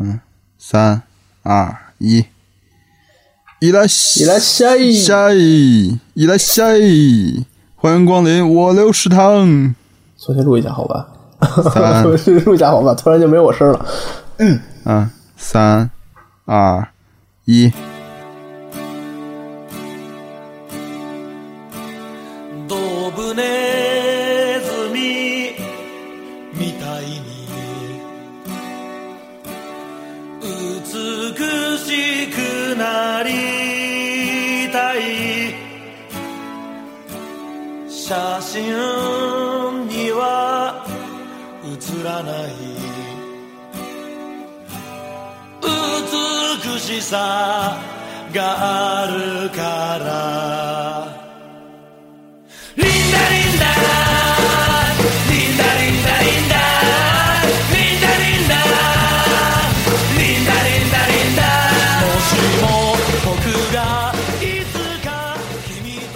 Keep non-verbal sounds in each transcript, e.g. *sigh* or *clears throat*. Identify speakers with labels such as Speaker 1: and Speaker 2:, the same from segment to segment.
Speaker 1: 嗯，三二一，伊拉西，
Speaker 2: いらっしゃい
Speaker 1: 下一，伊拉下一，欢迎光临我流食堂。
Speaker 2: 重新录一下好吧？
Speaker 1: 三
Speaker 2: *laughs* 重新录一下好吧？突然就没我声了。
Speaker 1: 嗯，三二一，
Speaker 3: ドブネズミみたいに美しくなりたい写真には写らない美しさがあるからリンダリンダリンダリンダリンダリンダリンダリンダリンダリンダもしも僕がいつか君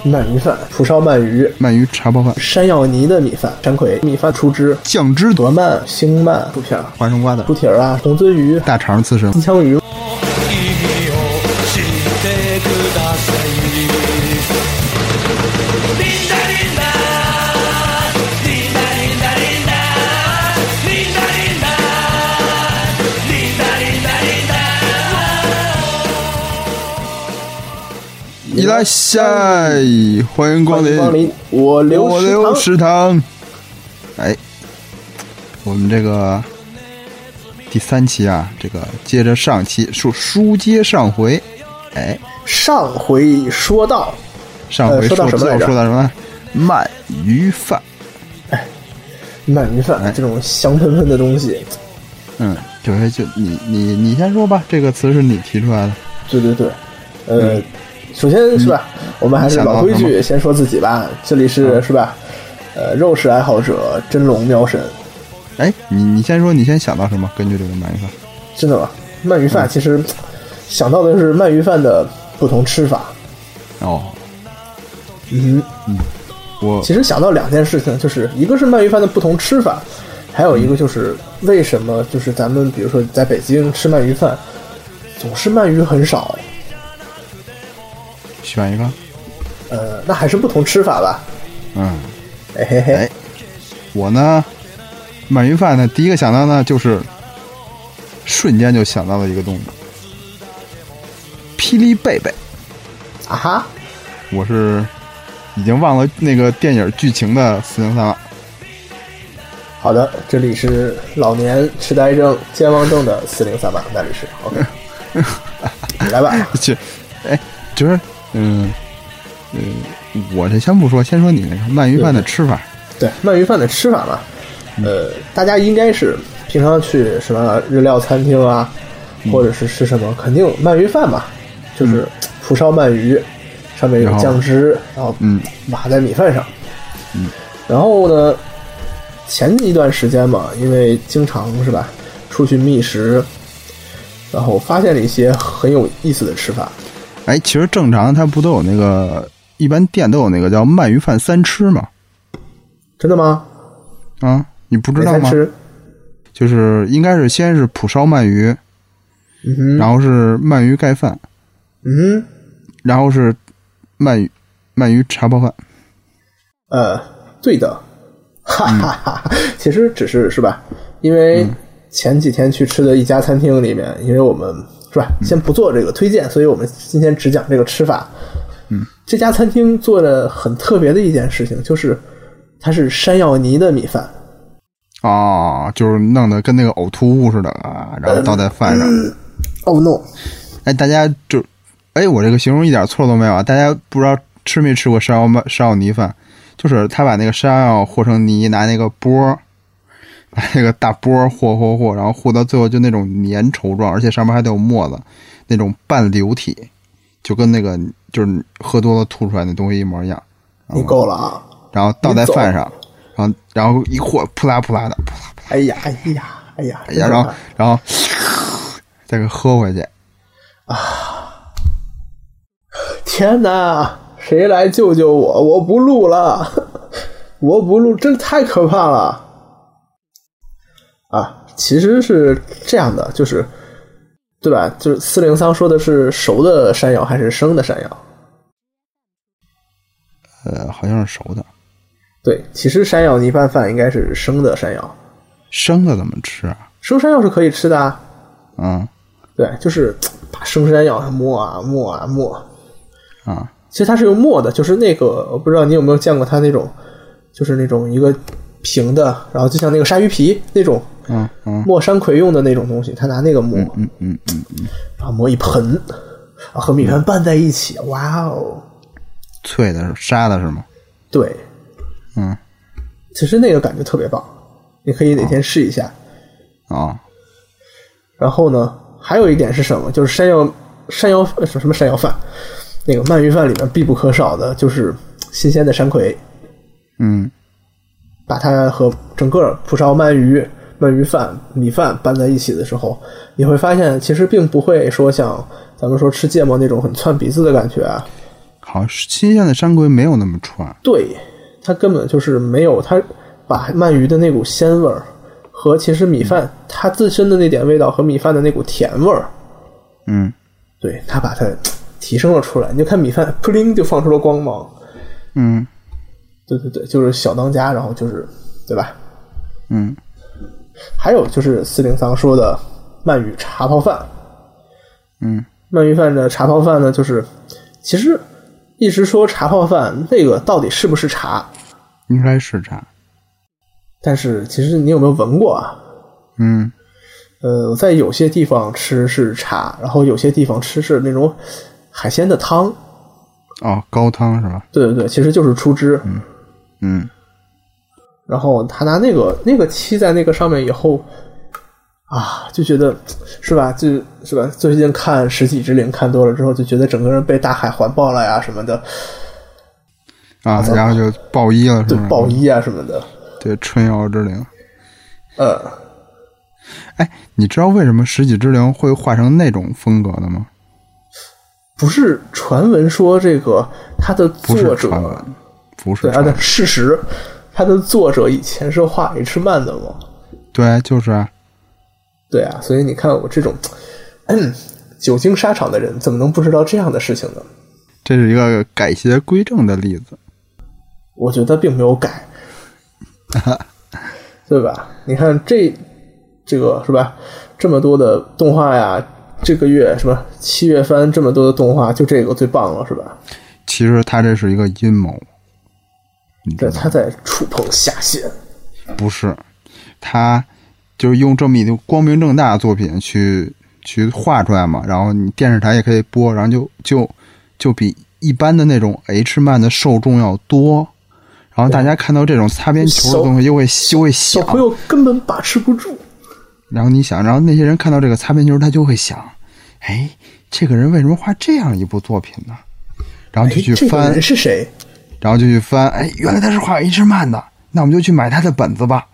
Speaker 3: と
Speaker 2: 鳗鱼饭、蒲烧鳗鱼、
Speaker 1: 鳗鱼茶包饭，
Speaker 2: 山药泥的米饭、山葵米饭、出汁、
Speaker 1: 酱汁
Speaker 2: 德鳗、星鳗、薯片儿、
Speaker 1: 花生瓜子
Speaker 2: 猪，蹄儿啊、红鳟鱼、
Speaker 1: 大肠刺身，
Speaker 2: 金枪鱼、
Speaker 3: 意味を知ってくださいリンダリンダリンダリンダリンダリンダリンダリンダリンダリンダ
Speaker 1: 伊拉下一，欢迎光
Speaker 2: 欢迎光
Speaker 1: 临
Speaker 2: 临我留
Speaker 1: 我流
Speaker 2: 食
Speaker 1: 食堂。哎，我们这个第三期啊，这个接着上期书书接上回，哎，
Speaker 2: 堂。上回说到，
Speaker 1: 上回
Speaker 2: 呃
Speaker 1: 说
Speaker 2: 说到什么来着
Speaker 1: 说到什么？鳗鱼饭，
Speaker 2: 鳗鱼
Speaker 1: 哎
Speaker 2: 饭这种香喷喷的东西，
Speaker 1: 嗯，就是就你你你先说吧，这个词是你提出来的。
Speaker 2: 对对对，呃，首先是吧，我们还是老规
Speaker 1: 嗯想到什嗯
Speaker 2: 矩，先说自己吧。这里是、是吧？呃，肉食爱好者真龙喵神，
Speaker 1: 哎，你你先说，你先想到什么？根据这个鳗鱼饭，
Speaker 2: 真的吗？鳗鱼饭其实、想到的是鳗鱼饭的不同吃法。
Speaker 1: 哦，
Speaker 2: 嗯，
Speaker 1: 我
Speaker 2: 其实想到两件事情，就是一个是鳗鱼饭的不同吃法，还有一个就是为什么就是咱们比如说在北京吃鳗鱼饭，总是鳗鱼很少。
Speaker 1: 选一个，
Speaker 2: 呃，那还是不同吃法吧。
Speaker 1: 嗯，
Speaker 2: 哎 *laughs* 嘿嘿，
Speaker 1: 哎我呢，鳗鱼饭呢，第一个想到呢就是，瞬间就想到了一个东西，霹雳贝贝。
Speaker 2: 啊哈，
Speaker 1: 我是已经忘了那个电影剧情的四零三了。
Speaker 2: 好的，这里是老年痴呆症、健忘症的四零三八，那里是 *laughs* OK，来吧，
Speaker 1: *laughs* 去，哎，就是，嗯，嗯，我这先不说，先说你那个鳗鱼饭的吃法。
Speaker 2: 对鳗鱼饭的吃法嘛，
Speaker 1: 嗯
Speaker 2: 呃，大家应该是平常去什么日料餐厅啊，
Speaker 1: 嗯
Speaker 2: 或者是吃什么，肯定鳗鱼饭嘛，就是蒲烧鳗鱼，上面有
Speaker 1: 然后
Speaker 2: 酱汁，然后
Speaker 1: 嗯
Speaker 2: 码在米饭上，然后呢，前一段时间嘛，因为经常是吧，出去觅食。然后发现了一些很有意思的吃法，
Speaker 1: 哎，其实正常它不都有那个，一般店都有那个叫鳗鱼饭三吃嘛？
Speaker 2: 真的吗？
Speaker 1: 啊，你不知
Speaker 2: 没
Speaker 1: 道
Speaker 2: 饭
Speaker 1: 吗？
Speaker 2: 吃？
Speaker 1: 就是应该是先是蒲烧鳗鱼，
Speaker 2: 嗯哼，
Speaker 1: 然后是鳗鱼盖饭，
Speaker 2: 嗯
Speaker 1: 然后是鳗鱼鳗鱼茶包饭。
Speaker 2: 哼，呃，对的，哈哈哈哈。其实只是是吧？因为
Speaker 1: 嗯
Speaker 2: 前几天去吃的一家餐厅里面，因为我们是吧，
Speaker 1: 嗯
Speaker 2: 先不做这个推荐，所以我们今天只讲这个吃法。嗯，这家餐厅做的很特别的一件事情，就是它是山药泥的米饭，
Speaker 1: 啊，就是弄得跟那个呕吐物似的啊，然后倒在饭上。
Speaker 2: 哦 no，
Speaker 1: 哎，大家就，哎，我这个形容一点错都没有啊！大家不知道吃没吃过山药鳗山药泥饭，就是他把那个山药和成泥，拿那个钵儿，把那个大钵儿和和和，然后和到最后就那种粘稠状，而且上面还得有沫子，那种半流体，就跟那个就是喝多了吐出来那东西一模一样。
Speaker 2: 你够了啊！
Speaker 1: 然后倒在饭上，然后然后一和，扑啦扑啦的，扑啦
Speaker 2: 哎呀，哎呀，哎呀，
Speaker 1: 哎呀，
Speaker 2: 真
Speaker 1: 然
Speaker 2: 的 *laughs*
Speaker 1: 后然后再给喝回去。
Speaker 2: 天哪！谁来救救我？我不录了， *laughs* 我不录，真太可怕了！啊，其实是这样的，就是对吧？就是四零三说的是熟的山药还是生的山药？
Speaker 1: 呃，好像是熟的，
Speaker 2: 对，其实山药泥拌饭应该是生的山药，
Speaker 1: 生的怎么吃啊？
Speaker 2: 生山药是可以吃的啊。
Speaker 1: 嗯
Speaker 2: 对，就是把生山药磨啊磨啊磨，
Speaker 1: 啊
Speaker 2: 其实它是用磨的，就是那个我不知道你有没有见过它那种，就是那种一个平的，然后就像那个鲨鱼皮那种
Speaker 1: 嗯嗯
Speaker 2: 磨山葵用的那种东西，他拿那个磨，
Speaker 1: 嗯嗯嗯，
Speaker 2: 然后磨一盆，然后和米饭拌在一起，哇哦！
Speaker 1: 脆的是沙的是吗？
Speaker 2: 对，
Speaker 1: 嗯
Speaker 2: 其实那个感觉特别棒，你可以哪天试一下。
Speaker 1: 哦
Speaker 2: 然后呢，还有一点是什么？就是山药山药呃什么山药饭，那个鳗鱼饭里面必不可少的就是新鲜的山葵，
Speaker 1: 嗯
Speaker 2: 把它和整个蒲烧鳗鱼、鳗鱼饭、米饭拌在一起的时候，你会发现其实并不会说像咱们说吃芥末那种很窜鼻子的感觉啊。
Speaker 1: 好，新鲜的山葵没有那么串，
Speaker 2: 对，它根本就是没有，它把鳗鱼的那股鲜味儿和其实米饭它自身的那点味道和米饭的那股甜味儿，
Speaker 1: 嗯
Speaker 2: 对，它把它提升了出来。你就看米饭 *laughs* 扑灵就放出了光芒，
Speaker 1: 嗯
Speaker 2: 对对对，就是小当家，然后就是对吧？
Speaker 1: 嗯
Speaker 2: 还有就是四零三说的鳗鱼茶泡饭，
Speaker 1: 嗯
Speaker 2: 鳗鱼饭的茶泡饭呢，就是其实一直说茶泡饭那个到底是不是茶，
Speaker 1: 应该是这样，
Speaker 2: 但是其实你有没有闻过啊？
Speaker 1: 嗯
Speaker 2: 呃，在有些地方吃是茶，然后有些地方吃是那种海鲜的汤。
Speaker 1: 哦，高汤是吧？
Speaker 2: 对对对，其实就是出汁。
Speaker 1: 嗯
Speaker 2: 然后他拿那个那个漆在那个上面以后，啊，就觉得是吧？就是吧？最近看《十几之灵》看多了之后，就觉得整个人被大海环抱了呀什么的，
Speaker 1: 啊，然后就爆衣了是
Speaker 2: 对
Speaker 1: 吗？
Speaker 2: 暴衣啊什么的。
Speaker 1: 对春瑶之灵。
Speaker 2: 呃，
Speaker 1: 哎，你知道为什么十几之灵会画成那种风格的吗？
Speaker 2: 不是传闻说这个他的
Speaker 1: 不是
Speaker 2: 作者
Speaker 1: 传闻，不是
Speaker 2: 对啊，
Speaker 1: 传
Speaker 2: 对
Speaker 1: 闻，
Speaker 2: 事实，他的作者以前是画 H 漫的嘛？
Speaker 1: 对，就是啊，
Speaker 2: 对啊，所以你看我这种 *clears throat* 嗯久经沙场的人，怎么能不知道这样的事情呢？
Speaker 1: 这是一个改邪归正的例子。
Speaker 2: 我觉得并没
Speaker 1: *laughs*
Speaker 2: 有改，对吧？你看这这个是吧？这么多的动画呀，这个月什么七月番这么多的动画，就这个最棒了，是吧？
Speaker 1: 嗯其实他这是一个阴谋，你知
Speaker 2: 这
Speaker 1: 道吗
Speaker 2: 他在触碰下限，
Speaker 1: 不是，他就是用这么一个光明正大的作品去去画出来嘛，然后你电视台也可以播，然后就就就比一般的那种 H 漫的受众要多，然后大家看到这种擦边球的东西又会又会
Speaker 2: 小
Speaker 1: 想，
Speaker 2: 朋友根本把持不住。
Speaker 1: 然后你想，然后那些人看到这个擦边球，他就会想，哎，这个人为什么画这样一部作品呢？然后
Speaker 2: 哎
Speaker 1: 就，去
Speaker 2: 这个
Speaker 1: 翻，
Speaker 2: 人是谁？
Speaker 1: 然后就去翻，哎，原来他是画 H 漫的，那我们就去买他的本子吧。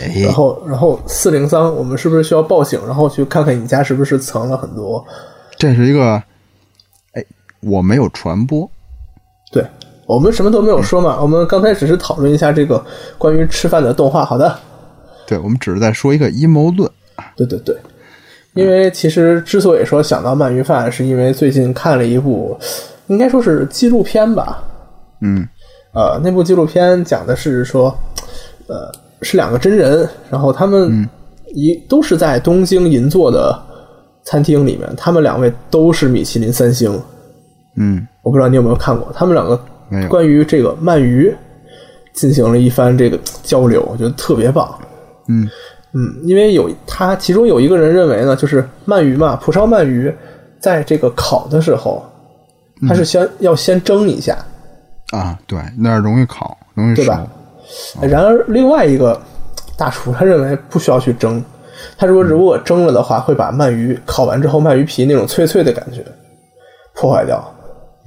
Speaker 1: 哎，
Speaker 2: 然后，然后四零三，我们是不是需要报警，然后去看看你家是不是藏了很多？
Speaker 1: 这是一个，哎，我没有传播，
Speaker 2: 对，我们什么都没有说嘛，我们刚才只是讨论一下这个关于吃饭的动画。好的，
Speaker 1: 对我们只是在说一个阴谋论。
Speaker 2: 对对对，因为其实之所以说想到鳗鱼饭，是因为最近看了一部，应该说是纪录片吧。
Speaker 1: 嗯
Speaker 2: 呃，那部纪录片讲的是说，呃，是两个真人，然后他们一、都是在东京银座的餐厅里面，他们两位都是米其林三星。
Speaker 1: 嗯，
Speaker 2: 我不知道你有没有看过，他们两个
Speaker 1: 没有
Speaker 2: 关于这个鳗鱼进行了一番这个交流，我觉得特别棒。
Speaker 1: 嗯
Speaker 2: 嗯，因为有他其中有一个人认为呢，就是鳗鱼嘛，蒲烧鳗鱼在这个烤的时候，它是先、要先蒸一下，
Speaker 1: 啊，对，那儿容易烤，容易
Speaker 2: 对
Speaker 1: 熟。
Speaker 2: 吧？然而另外一个大厨他认为不需要去蒸，他说如果蒸了的话，会把鳗鱼烤完之后鳗鱼皮那种脆脆的感觉破坏掉。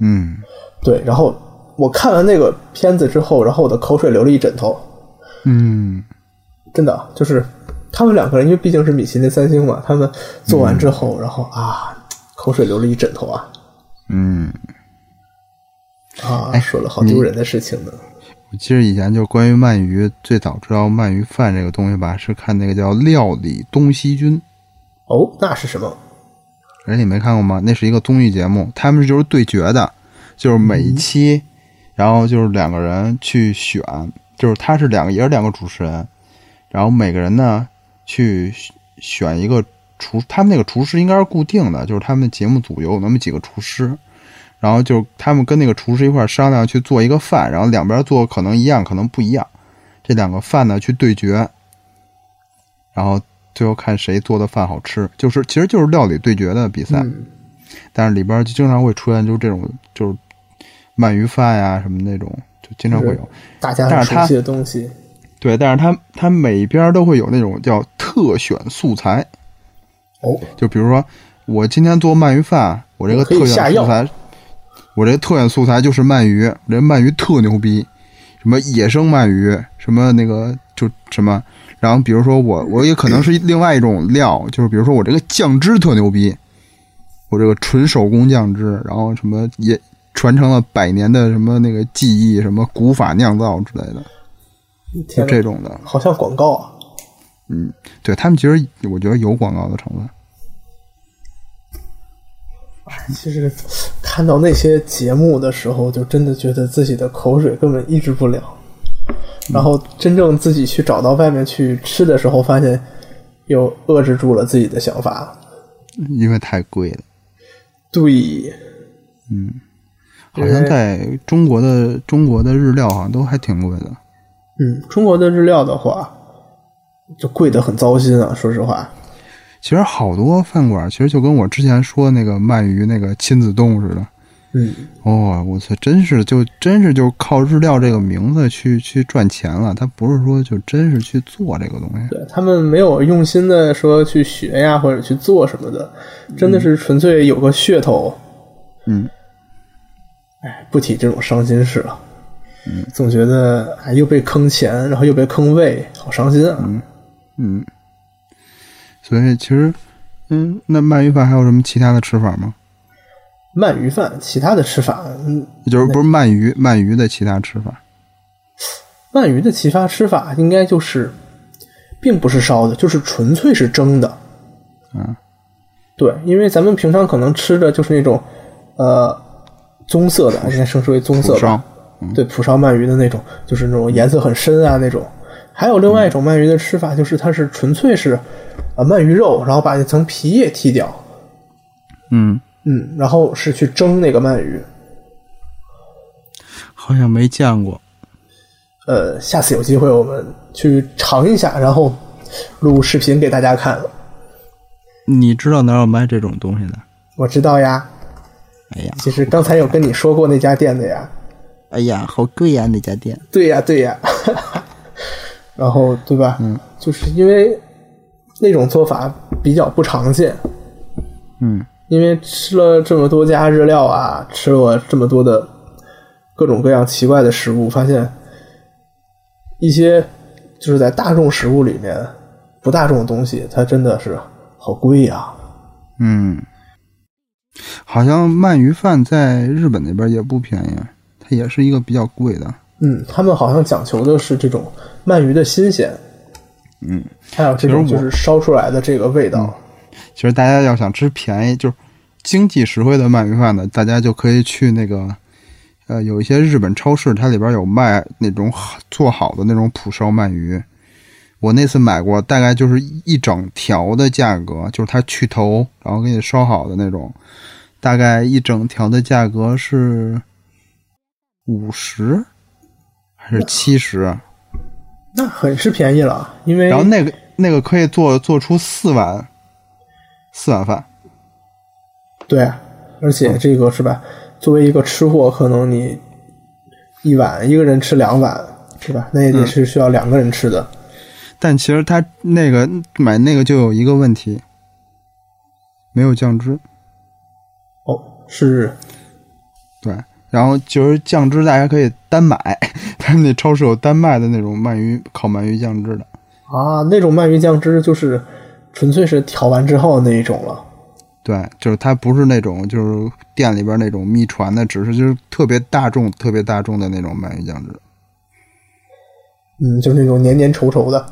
Speaker 1: 嗯
Speaker 2: 对，然后我看完那个片子之后，然后我的口水流了一枕头，
Speaker 1: 嗯，
Speaker 2: 真的就是他们两个人，因为毕竟是米其林三星嘛，他们做完之后，然后啊，口水流了一枕头啊
Speaker 1: 嗯，
Speaker 2: 啊，
Speaker 1: 哎
Speaker 2: 说了好丢人的事情呢。
Speaker 1: 我记得以前就关于鳗鱼，最早知道鳗鱼饭这个东西吧，是看那个叫《料理东西君》。
Speaker 2: 哦，那是什么？
Speaker 1: 而且你没看过吗？那是一个综艺节目，他们就是对决的，就是每一期，然后就是两个人去选，就是他是两个也是两个主持人，然后每个人呢去选一个厨，他们那个厨师应该是固定的，就是他们节目组有那么几个厨师，然后就他们跟那个厨师一块儿商量去做一个饭，然后两边做可能一样，可能不一样，这两个饭呢去对决，然后最后看谁做的饭好吃，就是其实就是料理对决的比赛，但是里边就经常会出现就是这种就是鳗鱼饭呀、什么那种，就经常会有。
Speaker 2: 大家
Speaker 1: 但
Speaker 2: 很
Speaker 1: 是他
Speaker 2: 熟悉的东西，
Speaker 1: 对，但是它它每边都会有那种叫特选素材，
Speaker 2: 哦，
Speaker 1: 就比如说我今天做鳗鱼饭，我这个
Speaker 2: 可以
Speaker 1: 特
Speaker 2: 下
Speaker 1: 选
Speaker 2: 药
Speaker 1: 素材，我这特选素材就是鳗鱼，我这鳗鱼特牛逼，什么野生鳗鱼，什么那个就什么，然后比如说我我也可能是另外一种料，就是比如说我这个酱汁特牛逼，我这个纯手工酱汁，然后什么也传承了百年的什么那个技艺，什么古法酿造之类的，就
Speaker 2: 天哪
Speaker 1: 这种的。嗯
Speaker 2: 好像广告啊，
Speaker 1: 对他们其实我觉得有广告的成分。
Speaker 2: 其实看到那些节目的时候，就真的觉得自己的口水根本抑制不了。然后真正自己去找到外面去吃的时候，发现又遏制住了自己的想法。
Speaker 1: 因为太贵了。
Speaker 2: 对，
Speaker 1: 好像在中国的中国的日料好像都还挺贵的，
Speaker 2: 嗯，中国的日料的话，就贵得很糟心啊。说实话，
Speaker 1: 其实好多饭馆其实就跟我之前说那个鳗鱼那个亲子冻似的。
Speaker 2: 嗯，
Speaker 1: 哦，我操，真是就真是就靠日料这个名字去去赚钱了，他不是说就真是去做这个东西。
Speaker 2: 对他们没有用心的说去学呀或者去做什么的，真的是纯粹有个噱头。
Speaker 1: 嗯，
Speaker 2: 哎，不提这种伤心事了。嗯，总觉得哎又被坑钱，然后又被坑胃，好伤心啊。
Speaker 1: 嗯，所以其实，嗯，那鳗鱼饭还有什么其他的吃法吗？
Speaker 2: 鳗鱼饭，其他的吃法，嗯，
Speaker 1: 就是不是鳗鱼，鳗鱼的其他吃法？
Speaker 2: 鳗鱼的其他吃法应该就是，并不是烧的，就是纯粹是蒸的。
Speaker 1: 嗯，
Speaker 2: 对，因为咱们平常可能吃的就是那种，呃，棕色的，应该称之为棕色
Speaker 1: 土
Speaker 2: 吧
Speaker 1: 烧。。
Speaker 2: 对，蒲烧鳗鱼的那种，就是那种颜色很深啊那种。还有另外一种鳗鱼的吃法，就是它是纯粹是，啊鳗鱼肉，然后把那层皮也剔掉，
Speaker 1: 嗯，
Speaker 2: 嗯，然后是去蒸那个鳗鱼。
Speaker 1: 好像没见过。
Speaker 2: 呃，下次有机会我们去尝一下，然后录视频给大家看。
Speaker 1: 你知道哪有卖这种东西的？
Speaker 2: 我知道呀，
Speaker 1: 哎呀，
Speaker 2: 其实刚才有跟你说过那家店的呀。
Speaker 1: 哎呀，好贵呀、那家店。
Speaker 2: 对呀，对呀， *laughs* 然后对吧？嗯，就是因为那种做法比较不常见，
Speaker 1: 嗯，
Speaker 2: 因为吃了这么多家日料啊，吃了这么多的各种各样奇怪的食物，发现一些就是在大众食物里面不大众的东西，它真的是好贵啊呀、
Speaker 1: 嗯，好像鳗鱼饭在日本那边也不便宜，它也是一个比较贵的。
Speaker 2: 嗯，他们好像讲求的是这种鳗鱼的新鲜，
Speaker 1: 嗯，
Speaker 2: 还有这种
Speaker 1: 其实
Speaker 2: 就
Speaker 1: 我
Speaker 2: 是烧出来的这个味道。
Speaker 1: 其实大家要想吃便宜，就是经济实惠的鳗鱼饭呢，大家就可以去那个，呃，有一些日本超市，它里边有卖那种好做好的那种蒲烧鳗鱼。我那次买过，大概就是一整条的价格，就是它去头，然后给你烧好的那种，大概一整条的价格是五十还是七十？
Speaker 2: 那很是便宜了，因为
Speaker 1: 然后那个那个可以做做出四碗四碗饭。
Speaker 2: 对，而
Speaker 1: 嗯
Speaker 2: 且这个是吧？作为一个吃货，可能你一碗一个人吃两碗，是吧？那也得是需要两个人吃的。
Speaker 1: 嗯但其实他那个买那个就有一个问题，没有酱汁。
Speaker 2: 哦，是
Speaker 1: 对，然后就是酱汁大家可以单买， *laughs* 他们那超市有单卖的那种鳗鱼烤鳗鱼酱汁的。
Speaker 2: 啊，那种鳗鱼酱汁就是纯粹是调完之后那一种了。
Speaker 1: 对，就是它不是那种就是店里边那种秘传的，只是就是特别大众、特别大众的那种鳗鱼酱汁。
Speaker 2: 嗯，就那种黏黏稠稠的。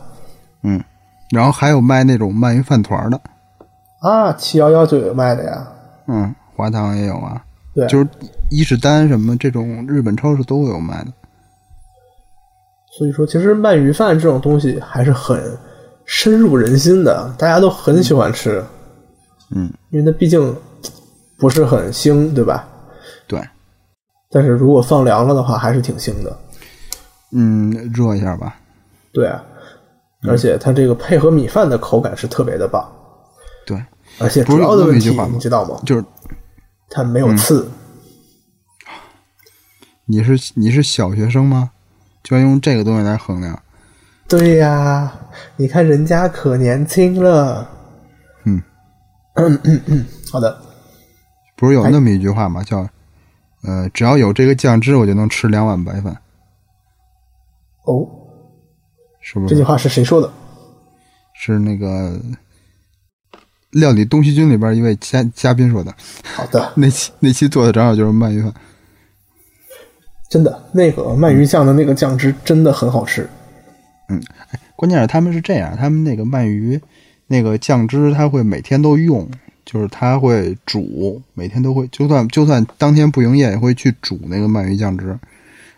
Speaker 1: 嗯然后还有卖那种鳗鱼饭团的，
Speaker 2: 啊，七幺幺就有卖的呀。
Speaker 1: 嗯，华堂也有啊，
Speaker 2: 对，
Speaker 1: 就是伊势丹什么这种日本超市都会有卖的。
Speaker 2: 所以说，其实鳗鱼饭这种东西还是很深入人心的，大家都很喜欢吃。
Speaker 1: 嗯，
Speaker 2: 因为它毕竟不是很腥，对吧？
Speaker 1: 对，
Speaker 2: 但是如果放凉了的话，还是挺腥的。
Speaker 1: 嗯，热一下吧。
Speaker 2: 对啊，
Speaker 1: 嗯
Speaker 2: 而且它这个配合米饭的口感是特别的棒，
Speaker 1: 对，
Speaker 2: 而且
Speaker 1: 不
Speaker 2: 主
Speaker 1: 是
Speaker 2: 要
Speaker 1: 有
Speaker 2: 的
Speaker 1: 那么
Speaker 2: 问
Speaker 1: 一句
Speaker 2: 题
Speaker 1: 话吗嗯
Speaker 2: 你知道吗？
Speaker 1: 就是
Speaker 2: 它没有刺。
Speaker 1: 你是你是小学生吗？就要用这个东西来衡量。
Speaker 2: 对呀、你看人家可年轻了。
Speaker 1: 嗯
Speaker 2: 嗯嗯嗯，好的，
Speaker 1: 不是有那么一句话吗？叫呃，只要有这个酱汁，我就能吃两碗白饭，
Speaker 2: 哦，
Speaker 1: 是不
Speaker 2: 这
Speaker 1: 是
Speaker 2: 句？话是谁说的？
Speaker 1: 是那个《料理东西君》里边一位嘉嘉宾说的。
Speaker 2: 好的，
Speaker 1: 那期那期做的正好就是鳗鱼饭。
Speaker 2: 真的，那个鳗鱼酱的那个酱汁真的很好吃。
Speaker 1: 关键是他们是这样，他们那个鳗鱼那个酱汁，他会每天都用，就是他会煮，每天都会，就算就算当天不营业，也会去煮那个鳗鱼酱汁，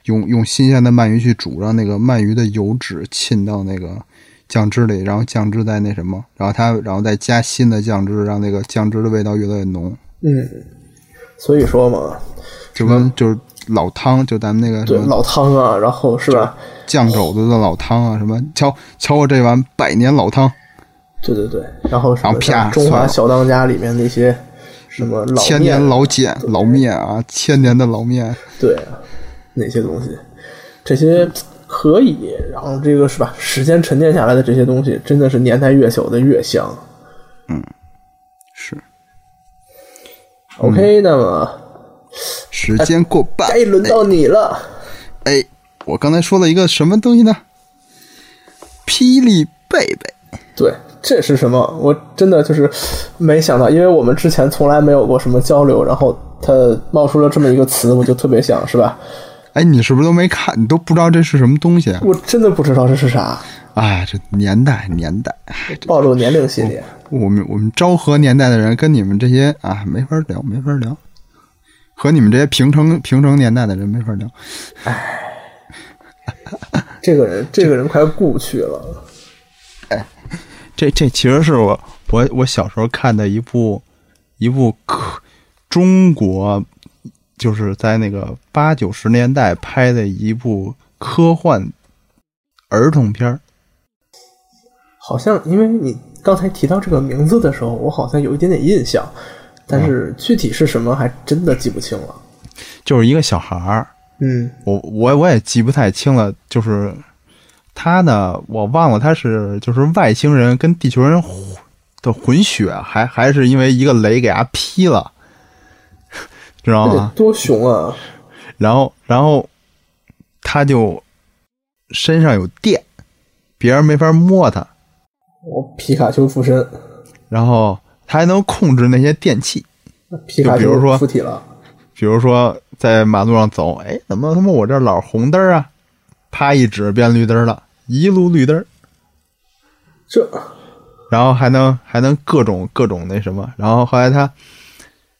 Speaker 1: 用用新鲜的鳗鱼去煮，让那个鳗鱼的油脂浸到那个酱汁里，然后酱汁再那什么，然后他然后再加新的酱汁，让那个酱汁的味道越来越浓，
Speaker 2: 嗯，所以说嘛，
Speaker 1: 就跟就是老汤，就咱们那个
Speaker 2: 对
Speaker 1: 什么
Speaker 2: 老汤啊，然后是吧？
Speaker 1: 酱肘子的老汤啊，什么瞧瞧我这碗百年老汤，
Speaker 2: 对对对，然后什
Speaker 1: 然
Speaker 2: 么
Speaker 1: 后啪
Speaker 2: 像中
Speaker 1: 蒜
Speaker 2: 华
Speaker 1: 了
Speaker 2: 小当家里面那些什么老
Speaker 1: 啊千
Speaker 2: 面
Speaker 1: 年老碱老面啊，千年的老面，
Speaker 2: 对啊那些东西，这些可以，然后这个是吧？时间沉淀下来的这些东西，真的是年代越久的越香。
Speaker 1: 是嗯
Speaker 2: OK，、那么
Speaker 1: 时间过半。
Speaker 2: 该哎轮到你了。
Speaker 1: 哎，我刚才说了一个什么东西呢？霹雳贝贝，
Speaker 2: 对，这是什么？我真的就是没想到，因为我们之前从来没有过什么交流，然后它冒出了这么一个词，我就特别想是吧？
Speaker 1: 哎，你是不是都没看？你都不知道这是什么东西啊？
Speaker 2: 我真的不知道这是啥，
Speaker 1: 哎，这年代年代，哎这
Speaker 2: 暴露年龄系列。
Speaker 1: 我们我们昭和年代的人跟你们这些啊没法聊，没法聊，和你们这些平成平成年代的人没法聊。
Speaker 2: 这个人，这个人快故去了。
Speaker 1: 这这其实是我我我小时候看的一部一部可中国就是在那个八九十年代拍的一部科幻儿童片儿。
Speaker 2: 好像因为你刚才提到这个名字的时候，我好像有一点点印象，但
Speaker 1: 嗯
Speaker 2: 是具体是什么还真的记不清了。
Speaker 1: 就是一个小孩儿，
Speaker 2: 嗯，
Speaker 1: 我我我也记不太清了，就是他呢，我忘了他是就是外星人跟地球人混的混血，还还是因为一个雷给他劈了， *laughs* 知道
Speaker 2: 这
Speaker 1: 吗
Speaker 2: 得？多熊啊！
Speaker 1: 然后然后他就身上有电，别人没法摸他，
Speaker 2: 我皮卡丘附身，
Speaker 1: 然后他还能控制那些电器，
Speaker 2: 皮卡
Speaker 1: 就比如
Speaker 2: 丘
Speaker 1: 说
Speaker 2: 附体了。
Speaker 1: 比如说在马路上走，哎，怎么他妈我这老是红灯儿啊？啪一指变绿灯儿了，一路绿灯儿，
Speaker 2: 这
Speaker 1: 然后还能还能各种各种那什么，然后后来他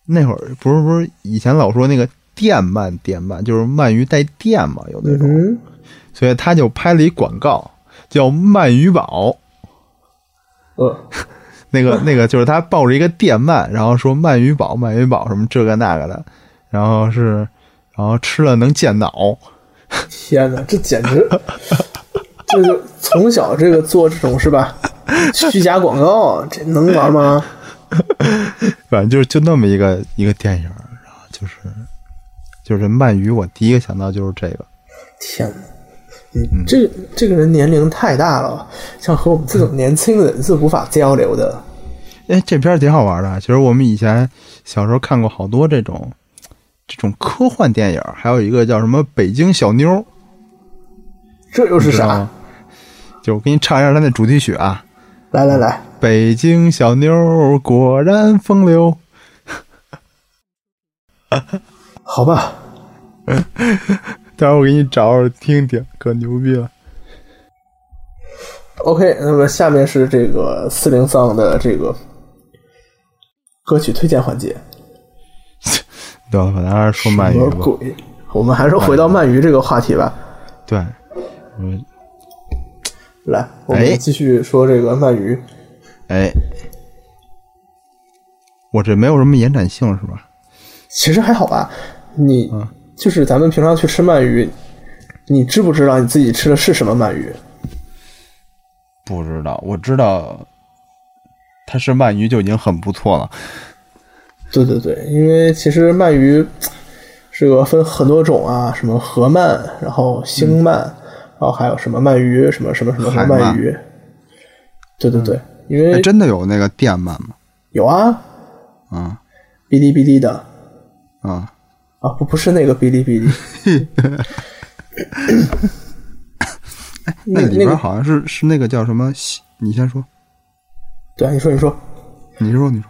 Speaker 1: 那会儿不是不是以前老说那个电鳗电鳗就是鳗鱼带电嘛，有那种，
Speaker 2: 嗯，
Speaker 1: 所以他就拍了一广告叫鳗鱼宝。
Speaker 2: 呃，
Speaker 1: 那个那个就是他抱着一个电鳗，然后说鳗鱼堡鳗鱼堡什么这个那个的，然后是然后吃了能健脑，
Speaker 2: 天哪，这
Speaker 1: *laughs*
Speaker 2: 简直，这就从小这个做这种是吧？虚假广告，这能玩吗？
Speaker 1: 反正就是就那么一个一个电影儿，然后就是就是鳗鱼，我第一个想到就是这个，
Speaker 2: 天哪！
Speaker 1: 嗯
Speaker 2: 你这个这个人年龄太大了，像和我们这
Speaker 1: 嗯
Speaker 2: 种年轻的人是无法交流的。
Speaker 1: 哎，这片儿挺好玩的。其实我们以前小时候看过好多这种这种科幻电影儿，还有一个叫什么《北京小妞》，
Speaker 2: 这又是
Speaker 1: 知道
Speaker 2: 啥
Speaker 1: 吗？？就我给你唱一下它那主题曲啊，
Speaker 2: 来来来，
Speaker 1: 《北京小妞儿果然风流》。
Speaker 2: 好吧，
Speaker 1: *laughs* 待会儿我给你找找听听，可牛逼了。
Speaker 2: OK，那么下面是这个四零丧的这个歌曲推荐环节。
Speaker 1: 对吧？本来还是说鳗
Speaker 2: 什
Speaker 1: 鱼
Speaker 2: 么
Speaker 1: 吧，
Speaker 2: 鬼？我们还是回到鳗鱼这个话题吧。
Speaker 1: 对，嗯，
Speaker 2: 来，我
Speaker 1: 哎
Speaker 2: 们继续说这个鳗鱼。
Speaker 1: 哎，我这没有什么延展性是吧？
Speaker 2: 其实还好吧，你就是咱们平常去吃鳗鱼，你知不知道你自己吃的是什么鳗鱼？
Speaker 1: 不知道，我知道它是鳗鱼就已经很不错了。
Speaker 2: 对对对，因为其实鳗鱼这个分很多种啊，什么河鳗，然后星鳗，然后还有什么鳗鱼，什么什么什么什么
Speaker 1: 嗯海鳗
Speaker 2: 鳗鱼。对对对，因
Speaker 1: 哎，
Speaker 2: 为
Speaker 1: 真的有那个电鳗吗？
Speaker 2: 有啊，
Speaker 1: 嗯
Speaker 2: 哔哩哔哩的
Speaker 1: 嗯，
Speaker 2: 啊，不不是那个哔哩哔哩，
Speaker 1: *laughs* 那里
Speaker 2: 那个
Speaker 1: 边好像是是那个叫什么西？你先说，
Speaker 2: 对啊，你说你说，
Speaker 1: 你说你说，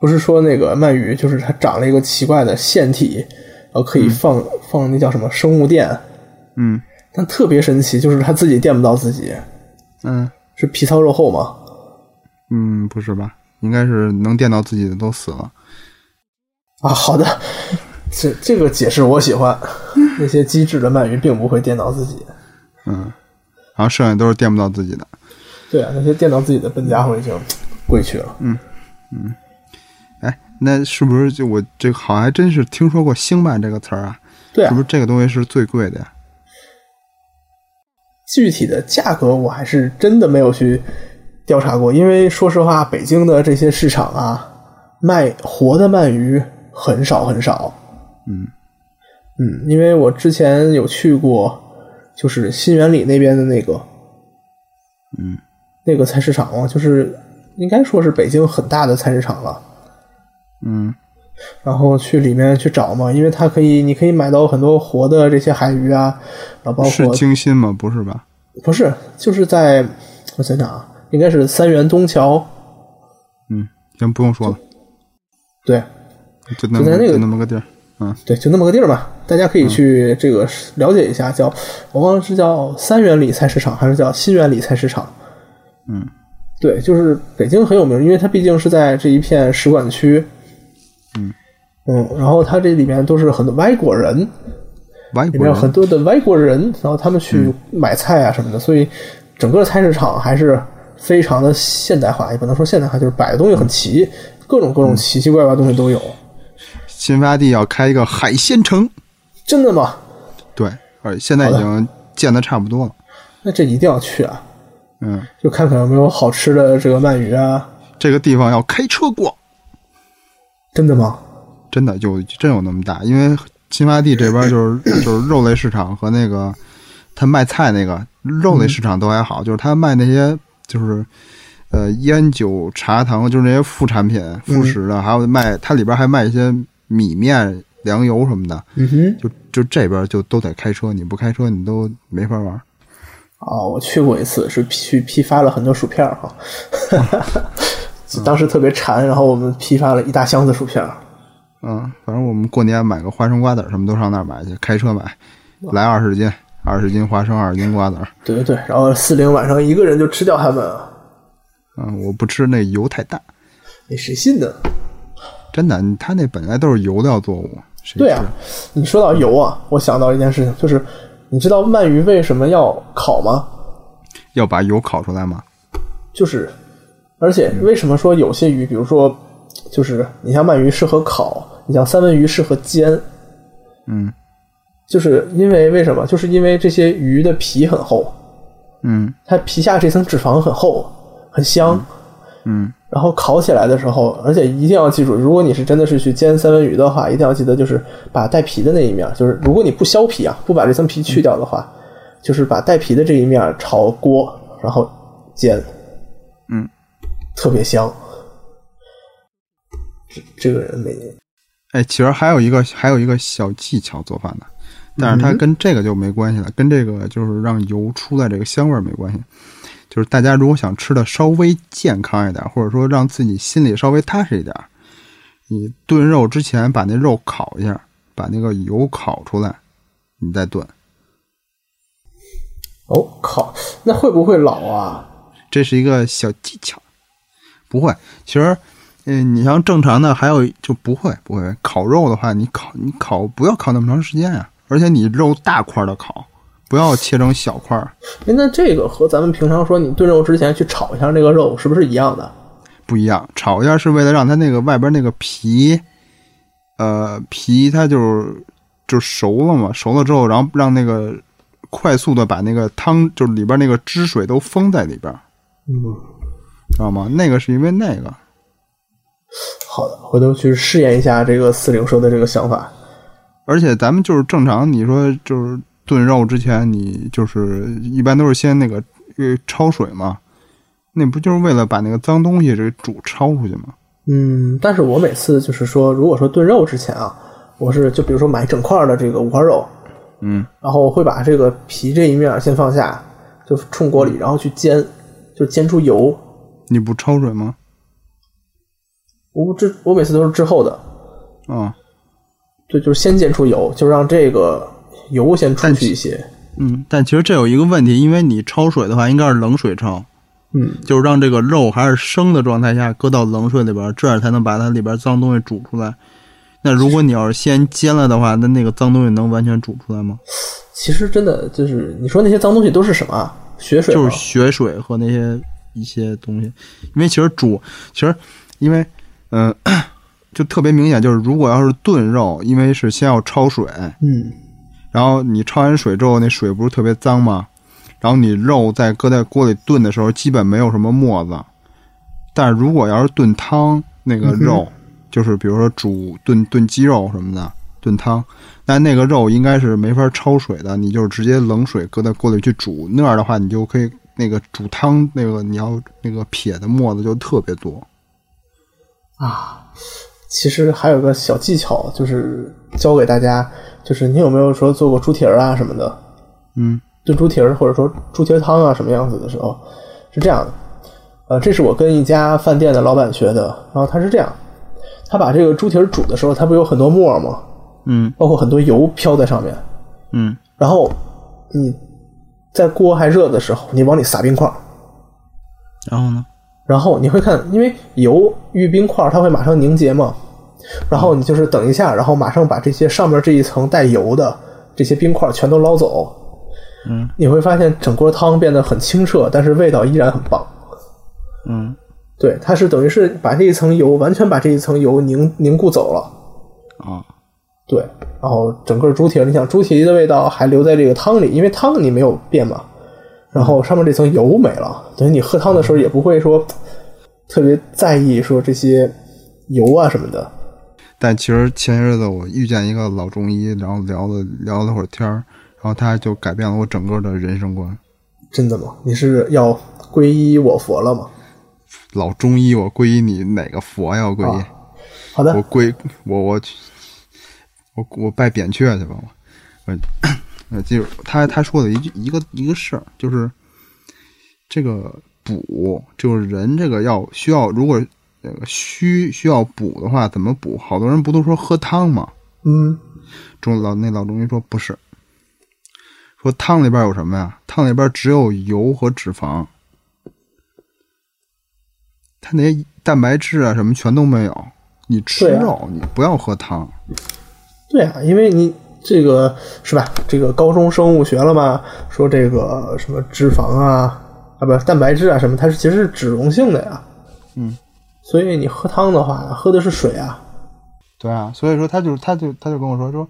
Speaker 2: 不是说那个鳗鱼，就是它长了一个奇怪的腺体，然后可以放、放那叫什么生物电，
Speaker 1: 嗯
Speaker 2: 但特别神奇，就是它自己电不到自己，
Speaker 1: 嗯
Speaker 2: 是皮糙肉厚吗？
Speaker 1: 嗯，不是吧？应该是能电到自己的都死了。
Speaker 2: 啊，好的，这这个解释我喜欢。那些机智的鳗鱼并不会电到自己，
Speaker 1: 嗯然后剩下都是电不到自己的。
Speaker 2: 对啊，那些电到自己的笨家伙已经跪去了。
Speaker 1: 哎，那是不是就我这个好像还真是听说过“星鳗”这个词儿啊？
Speaker 2: 对
Speaker 1: 是不
Speaker 2: 啊
Speaker 1: 是，这个东西是最贵的呀？
Speaker 2: 具体的价格我还是真的没有去调查过，因为说实话，北京的这些市场啊，卖活的鳗鱼很少很少。
Speaker 1: 嗯
Speaker 2: 嗯，因为我之前有去过，就是新源里那边的那个
Speaker 1: 嗯
Speaker 2: 那个菜市场啊，就是应该说是北京很大的菜市场了。
Speaker 1: 嗯
Speaker 2: 然后去里面去找嘛，因为它可以，你可以买到很多活的这些海鱼啊，然后包
Speaker 1: 是
Speaker 2: 括
Speaker 1: 精心吗？不是吧？
Speaker 2: 不是就是在我想想啊，应该是三元东桥，
Speaker 1: 嗯，行，不用说了，
Speaker 2: 对
Speaker 1: 就那
Speaker 2: 就
Speaker 1: 么
Speaker 2: 在那个
Speaker 1: 就那么个地儿。嗯，
Speaker 2: 对，就那么个地儿嘛，大家可以去这个了解一下，叫我忘了是叫三元里菜市场还是叫新源里菜市场，
Speaker 1: 嗯，
Speaker 2: 对，就是北京很有名，因为它毕竟是在这一片使馆区，
Speaker 1: 嗯
Speaker 2: 嗯，然后它这里面都是很多外国人，
Speaker 1: 外
Speaker 2: 里
Speaker 1: 国
Speaker 2: 面有
Speaker 1: 人
Speaker 2: 很多的外国人，然后他们去买菜啊什么的，所以整个菜市场还是非常的现代化，也不能说现代化，就是摆的东西很齐，各种各种奇奇怪怪的东西都有。
Speaker 1: 新发地要开一个海鲜城，
Speaker 2: 真的吗？
Speaker 1: 对，而现在已经建的差不多了。
Speaker 2: 那这一定要去啊！
Speaker 1: 嗯，
Speaker 2: 就看看有没有好吃的这个鳗鱼啊！
Speaker 1: 这个地方要开车逛，
Speaker 2: 真的吗？
Speaker 1: 真的有真有那么大，因为新发地这边就是 *coughs* 就是肉类市场和那个他卖菜那个肉类市场都还好，就是他卖那些就是呃烟酒茶糖，就是那些副产品、副食的，还有卖它里边还卖一些米面、粮油什么的，
Speaker 2: 嗯哼，
Speaker 1: 就就这边就都得开车，你不开车你都没法玩。
Speaker 2: 哦，我去过一次，是去批发了很多薯片儿哈，就当时特别馋，然后我们批发了一大箱子薯片儿。
Speaker 1: 嗯，反正我们过年买个花生瓜子儿什么都上那儿买去，开车买，来二十斤，二十斤花生，二十斤瓜子儿。
Speaker 2: 对对对，然后四零晚上一个人就吃掉它们啊，
Speaker 1: 嗯，我不吃那油太大，
Speaker 2: 那哎谁信呢？
Speaker 1: 真的，它那本来都是油料作物。谁
Speaker 2: 对
Speaker 1: 吃
Speaker 2: 啊，你说到油啊，我想到一件事情，就是你知道鳗鱼为什么要烤吗？
Speaker 1: 要把油烤出来吗？
Speaker 2: 就是，而且为什么说有些鱼，比如说，就是你像鳗鱼适合烤，你像三文鱼适合煎，
Speaker 1: 嗯
Speaker 2: 就是因为为什么？就是因为这些鱼的皮很厚，
Speaker 1: 嗯
Speaker 2: 它皮下这层脂肪很厚，很香。
Speaker 1: 嗯
Speaker 2: 然后烤起来的时候，而且一定要记住，如果你是真的是去煎三文鱼的话，一定要记得就是把带皮的那一面，就是如果你不削皮啊，不把这层皮去掉的话，
Speaker 1: 嗯
Speaker 2: 就是把带皮的这一面炒锅，然后煎，
Speaker 1: 嗯，
Speaker 2: 特别香。这这个人没
Speaker 1: 哎，其实还有一个还有一个小技巧做饭的，但
Speaker 2: 嗯
Speaker 1: 是它跟这个就没关系了，跟这个就是让油出来这个香味儿没关系。就是大家如果想吃的稍微健康一点，或者说让自己心里稍微踏实一点，你炖肉之前把那肉烤一下，把那个油烤出来，你再炖。
Speaker 2: 哦，烤那会不会老啊？
Speaker 1: 这是一个小技巧，不会。其实呃，你像正常的，还有就不会不会烤肉的话，你烤你烤不要烤那么长时间呀、而且你肉大块的烤，不要切成小块儿，
Speaker 2: 哎，那这个和咱们平常说你炖肉之前去炒一下那个肉，是不是一样的？
Speaker 1: 不一样。炒一下是为了让它那个外边那个皮，呃，皮它就是就熟了嘛，熟了之后，然后让那个快速的把那个汤就是里边那个汁水都封在里边，
Speaker 2: 嗯，
Speaker 1: 知道吗？那个是因为那个，
Speaker 2: 好的，回头去试验一下这个四零说的这个想法。
Speaker 1: 而且咱们就是正常，你说就是炖肉之前，你就是一般都是先那个呃焯水嘛，那不就是为了把那个脏东西这煮焯出去吗？
Speaker 2: 嗯，但是我每次就是说，如果说炖肉之前啊，我是就比如说买整块的这个五花肉，
Speaker 1: 嗯，
Speaker 2: 然后我会把这个皮这一面先放下，就冲锅里，然后去煎，就煎出油。
Speaker 1: 你不焯水吗？
Speaker 2: 我这我每次都是之后的，
Speaker 1: 啊、
Speaker 2: 对，就是先煎出油，就让这个油先出去一些。
Speaker 1: 嗯，但其实这有一个问题，因为你焯水的话，应该是冷水焯，
Speaker 2: 嗯，
Speaker 1: 就是让这个肉还是生的状态下搁到冷水里边，这样才能把它里边脏东西煮出来。那如果你要是先煎了的话，那那个脏东西能完全煮出来吗？
Speaker 2: 其实真的就是你说那些脏东西都是什么啊？血水吗
Speaker 1: 就是血水和那些一些东西，因为其实煮，其实因为嗯、 *coughs* 呃就特别明显，就是如果要是炖肉，因为是先要焯水，
Speaker 2: 嗯，
Speaker 1: 然后你焯完水之后，那水不是特别脏吗？然后你肉在搁在锅里炖的时候，基本没有什么沫子。但如果要是炖汤，那个肉、就是比如说煮炖炖鸡肉什么的，炖汤，那那个肉应该是没法焯水的，你就是直接冷水搁在锅里去煮。那样的话，你就可以那个煮汤那个你要那个撇的沫子就特别多。
Speaker 2: 啊，其实还有个小技巧，就是教给大家，就是你有没有说做过猪蹄儿啊什么的，
Speaker 1: 嗯
Speaker 2: 炖猪蹄儿或者说猪蹄儿汤啊什么样子的时候，是这样的，呃，这是我跟一家饭店的老板学的，然后他是这样，他把这个猪蹄儿煮的时候，它不有很多沫儿吗？
Speaker 1: 嗯
Speaker 2: 包括很多油飘在上面，
Speaker 1: 嗯
Speaker 2: 然后你在锅还热的时候，你往里撒冰块儿，
Speaker 1: 然后呢？
Speaker 2: 然后你会看，因为油遇冰块儿它会马上凝结嘛，然后你就是等一下，然后马上把这些上面这一层带油的这些冰块儿全都捞走，
Speaker 1: 嗯，
Speaker 2: 你会发现整锅汤变得很清澈，但是味道依然很棒。
Speaker 1: 嗯
Speaker 2: 对，它是等于是把这一层油完全把这一层油凝凝固走了。
Speaker 1: 啊
Speaker 2: 对，然后整个猪蹄儿，你想猪蹄的味道还留在这个汤里，因为汤你没有变嘛，
Speaker 1: 嗯
Speaker 2: 然后上面这层油没了，等于你喝汤的时候也不会说特别在意说这些油啊什么的。
Speaker 1: 但其实前些日子我遇见一个老中医，然后聊了聊了会儿天儿，然后他就改变了我整个的人生观。
Speaker 2: 真的吗？你是要皈依我佛了吗？
Speaker 1: 老中医，我皈依你哪个佛呀？我皈依，
Speaker 2: 好的
Speaker 1: 我，皈我我去我我拜扁鹊去吧。我我呃，就是他他说的一句一个一个事儿，就是这个补，就是人这个要需要，如果这个虚需要补的话，怎么补？好多人不都说喝汤吗？
Speaker 2: 嗯，
Speaker 1: 中老那老中医说不是，说汤里边有什么呀？汤里边只有油和脂肪，它那些蛋白质啊什么全都没有。你吃
Speaker 2: 对啊
Speaker 1: 肉，你不要喝汤。
Speaker 2: 对啊，因为你这个是吧？这个高中生物学了嘛，说这个什么脂肪啊啊不蛋白质啊什么，它是其实是脂溶性的呀。
Speaker 1: 嗯，
Speaker 2: 所以你喝汤的话，喝的是水啊。
Speaker 1: 对啊，所以说他就是他就他就跟我说说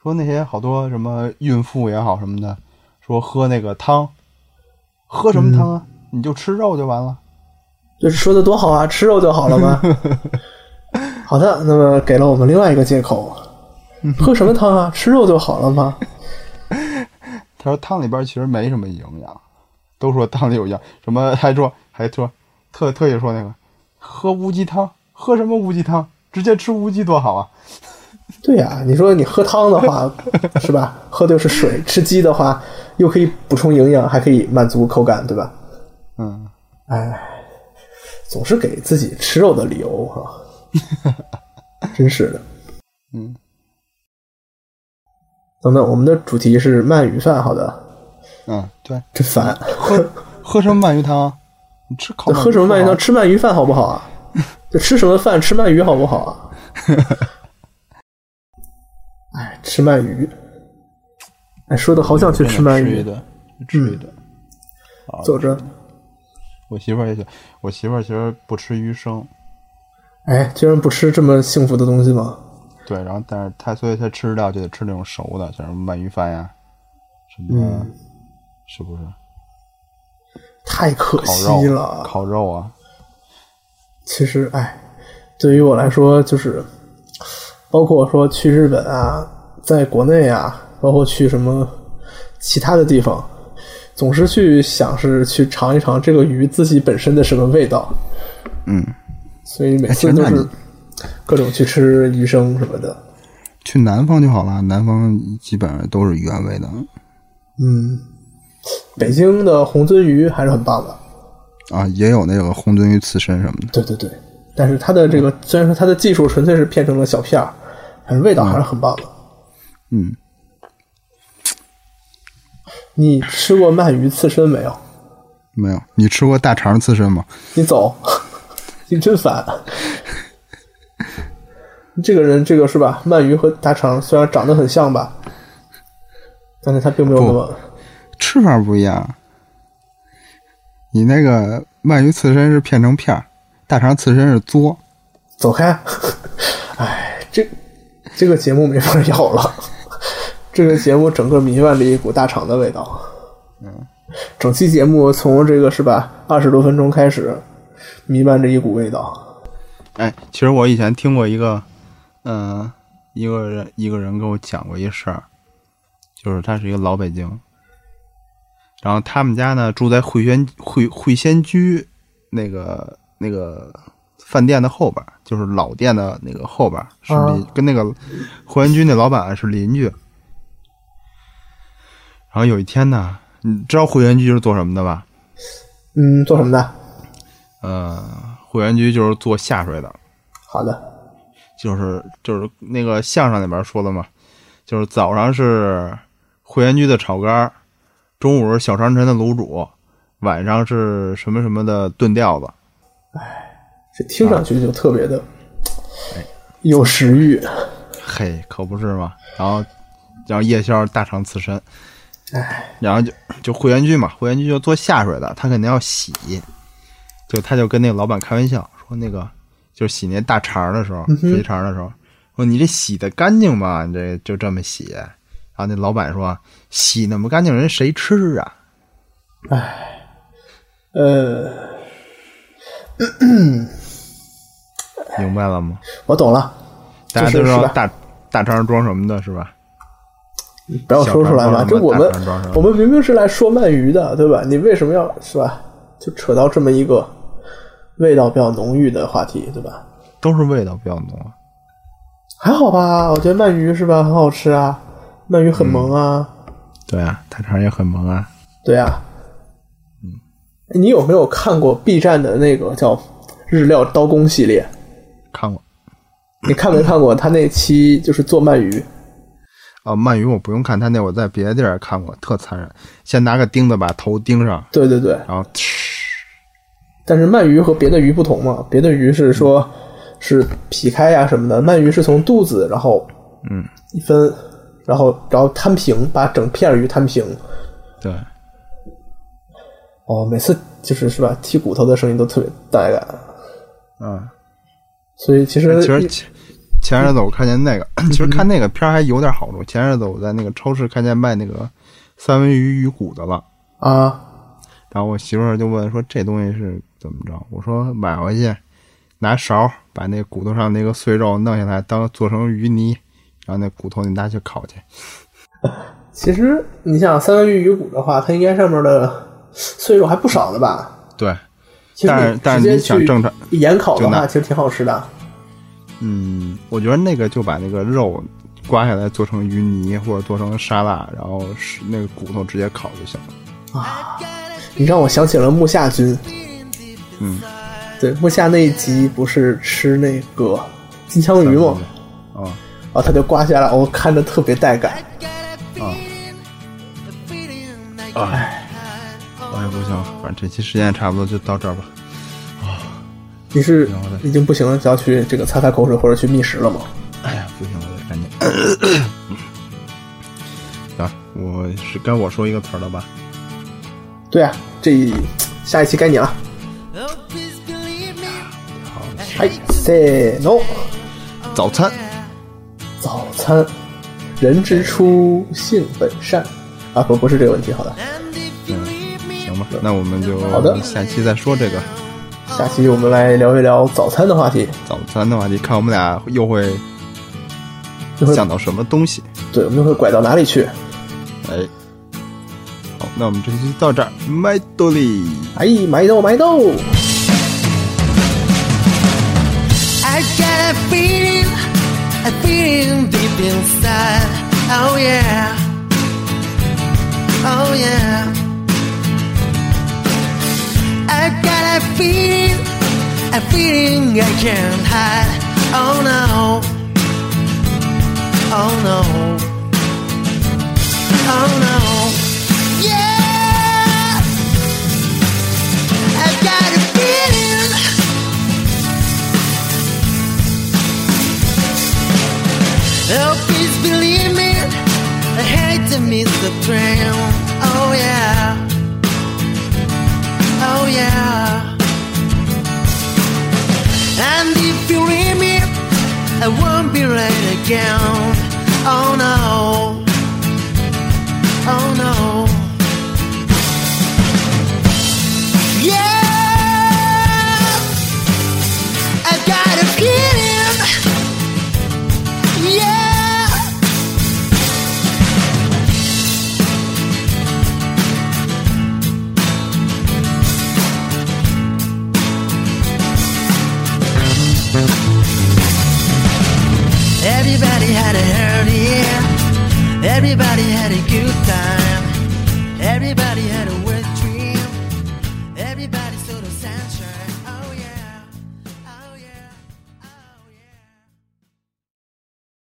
Speaker 1: 说那些好多什么孕妇也好什么的，说喝那个汤，喝什么汤
Speaker 2: 嗯
Speaker 1: 啊？你就吃肉就完了。
Speaker 2: 就是说的多好啊，吃肉就好了嘛。好的，那么给了我们另外一个借口，喝什么汤啊？吃肉就好了吗？
Speaker 1: 他说汤里边其实没什么营养，都说汤里有养，什么还说还说特特意说那个喝乌鸡汤，喝什么乌鸡汤，直接吃乌鸡多好啊！
Speaker 2: 对呀、你说你喝汤的话，是吧？喝的是水，吃鸡的话又可以补充营养，还可以满足口感，对吧？
Speaker 1: 嗯，
Speaker 2: 哎，总是给自己吃肉的理由哈、真是的。
Speaker 1: 嗯，
Speaker 2: 等等，我们的主题是鳗鱼饭，好的，
Speaker 1: 嗯，对，
Speaker 2: 真烦。
Speaker 1: 喝喝什么鳗鱼汤啊？你吃烤 *laughs*
Speaker 2: 喝什么鳗鱼汤？？吃鳗鱼饭好不好啊？就吃什么饭？吃鳗鱼好不好啊？
Speaker 1: *laughs*
Speaker 2: 哎，吃鳗鱼，哎，说的好想去吃鳗
Speaker 1: 吃一
Speaker 2: 鱼。嗯
Speaker 1: 顿，吃一顿。好
Speaker 2: 走着，
Speaker 1: 我媳妇儿也想，我媳妇儿其实不吃鱼生，
Speaker 2: 哎，居然不吃这么幸福的东西吗？
Speaker 1: 对，然后但是她所以她吃料就得吃那种熟的，像什么鳗鱼饭呀，什么、
Speaker 2: 嗯
Speaker 1: 是不是
Speaker 2: 太可
Speaker 1: 烤
Speaker 2: 惜
Speaker 1: 肉
Speaker 2: 了。
Speaker 1: 烤肉啊，
Speaker 2: 其实，哎，对于我来说，就是包括说去日本啊，在国内啊，包括去什么其他的地方，总是去想是去尝一尝这个鱼自己本身的什么味道。
Speaker 1: 嗯，
Speaker 2: 所以每
Speaker 1: 哎
Speaker 2: 次
Speaker 1: 其
Speaker 2: 都
Speaker 1: 实那
Speaker 2: 是
Speaker 1: 你
Speaker 2: 各种去吃鱼生什么的。
Speaker 1: 去南方就好了，南方基本上都是原味的
Speaker 2: 嗯，北京的红鳟鱼还是很棒的。
Speaker 1: 啊，也有那个红鳟鱼刺身什么的。
Speaker 2: 对对对，但是它的
Speaker 1: 嗯
Speaker 2: 这个虽然说它的技术纯粹是片成了小片儿，但是味道还是很棒的。
Speaker 1: 嗯，
Speaker 2: 你吃过鳗鱼刺身没有？
Speaker 1: 没有，你吃过大肠刺身吗？
Speaker 2: 你走， *laughs* 你真烦。这个人，这个是吧？鳗鱼和大肠虽然长得很像吧，但是它并没有那么……
Speaker 1: 吃法不一样。你那个鳗鱼刺身是片成片儿，大肠刺身是嘬。
Speaker 2: 走开！ *laughs* 哎，这这个节目没法要了。这个节目整个弥漫着一股大肠的味道。嗯，整期节目从这个是吧二十多分钟开始，弥漫着一股味道。
Speaker 1: 哎，其实我以前听过一个，嗯、一个人一个人跟我讲过一事儿，就是他是一个老北京，然后他们家呢住在汇仙汇汇仙居那个那个饭店的后边儿，就是老店的那个后边儿，是
Speaker 2: 啊
Speaker 1: 邻、跟那个汇仙居那老板是邻居。然后有一天呢，你知道汇仙居是做什么的吧？
Speaker 2: 嗯，做什么的？
Speaker 1: 呃，汇仙居就是做下水的。
Speaker 2: 好的，
Speaker 1: 就是就是那个相声里边说的嘛，就是早上是汇贤居的炒肝儿，中午是小长城的卤煮，晚上是什么什么的炖吊子。
Speaker 2: 这听上去就特别的
Speaker 1: 哎
Speaker 2: 有食欲。
Speaker 1: 嘿，可不是嘛。然后，然后夜宵大肠刺身，然后就就会员居嘛，会员居就做下水的，他肯定要洗，就他就跟那个老板开玩笑说，那个就是洗那大肠的时候，
Speaker 2: 嗯
Speaker 1: 肥肠的时候，说你这洗的干净吗？你这就这么洗？然后那老板说，洗那么干净人谁吃啊？
Speaker 2: 呃，
Speaker 1: 明白了吗？
Speaker 2: 我懂了，
Speaker 1: 大家都知
Speaker 2: 就是是
Speaker 1: 道
Speaker 2: 吧
Speaker 1: 大大肠装什么的是吧？
Speaker 2: 你不要说出来嘛。
Speaker 1: 小
Speaker 2: 这
Speaker 1: 船
Speaker 2: 我们
Speaker 1: 装什么大船装什么
Speaker 2: 我们明明是来说鳗鱼的，对吧？你为什么要是吧？就扯到这么一个味道比较浓郁的话题，对吧？
Speaker 1: 都是味道比较浓啊。
Speaker 2: 还好吧，我觉得鳗鱼是吧，很好吃啊，鳗鱼很萌啊，
Speaker 1: 对啊，大肠也很萌啊。
Speaker 2: 对啊。嗯，你有没有看过 B 站的那个叫《日料刀工》系列？
Speaker 1: 看过
Speaker 2: 你看没看过他那期就是做鳗鱼？
Speaker 1: 啊，鳗鱼我不用看，他那我在别的地儿看过，特残忍，先拿个钉子把头钉上，
Speaker 2: 对对对，
Speaker 1: 然后嗤
Speaker 2: 但是鳗鱼和别的鱼不同嘛，别的鱼是
Speaker 1: 嗯
Speaker 2: 说，是劈开呀、什么的，鳗鱼是从肚子，然后
Speaker 1: 嗯，
Speaker 2: 一分，然后然后摊平，把整片鱼摊平。
Speaker 1: 对，
Speaker 2: 哦，每次就是是吧，剔骨头的声音都特别带感，
Speaker 1: 嗯，
Speaker 2: 所以其实
Speaker 1: 哎其实前前日子我看见那个，其实看那个片儿还有点好处。前日子我在那个超市看见卖那个三文鱼鱼骨的了，
Speaker 2: 啊，
Speaker 1: 然后我媳妇儿就问说这东西是怎么着？我说买回去拿勺把那骨头上那个碎肉弄下来，当做成鱼泥，然后那骨头你拿去烤去。
Speaker 2: 其实你像三文鱼鱼骨的话，它应该上面的碎肉还不少的吧？
Speaker 1: 对，
Speaker 2: 其实
Speaker 1: 但是
Speaker 2: 你
Speaker 1: 但
Speaker 2: 直
Speaker 1: 是你
Speaker 2: 接
Speaker 1: 想
Speaker 2: 去
Speaker 1: 正常
Speaker 2: 盐烤的
Speaker 1: 就
Speaker 2: 话，
Speaker 1: 拿
Speaker 2: 其实挺好吃的。
Speaker 1: 嗯，我觉得那个就把那个肉刮下来做成鱼泥或者做成沙拉，然后是那个骨头直接烤就行了。
Speaker 2: 你让我想起了木下君。
Speaker 1: 嗯，
Speaker 2: 对，木下那一集不是吃那个金枪鱼吗？
Speaker 1: 啊、
Speaker 2: 然后他就刮下来，我看着特别带感。
Speaker 1: 哎，我也不行，反正这期时间也差不多，就到这儿吧。啊、
Speaker 2: 你是
Speaker 1: 然后再
Speaker 2: 已经不行了，想要去这个擦擦口水或者去觅食了吗？
Speaker 1: 哎呀，不行，我得赶紧。 *coughs* 行，我是该我说一个词儿了吧？
Speaker 2: 对啊，这一下一期该你了。哎，say no，
Speaker 1: 早餐，
Speaker 2: 早餐，人之初，性本善。啊，不，不是这个问题，好的，
Speaker 1: 行吧？那我们就
Speaker 2: 好的
Speaker 1: 下期再说这个
Speaker 2: 下期我们来聊一聊早餐的话题。
Speaker 1: 早餐的话题，看我们俩又会
Speaker 2: 一会
Speaker 1: 想
Speaker 2: 儿，
Speaker 1: 到什么东西。
Speaker 2: 对，我们会拐到哪里去？
Speaker 1: 哎，好，那我们这期就到这儿，麦兜里。
Speaker 2: 哎，埋豆，埋豆。
Speaker 4: I got a feeling, a feeling deep inside. Oh yeah, oh yeah. I got a feeling, a feeling I can't hide. Oh no, oh no, oh no. Yeah, I got a feeling. Oh, please believe me, I hate to miss the train. Oh yeah, oh yeah. And if you leave me, I won't be late again. Oh no, oh no. Yeah, I got a feeling. Yeah. Everybody had a hard year. Everybody had a good time. Oh,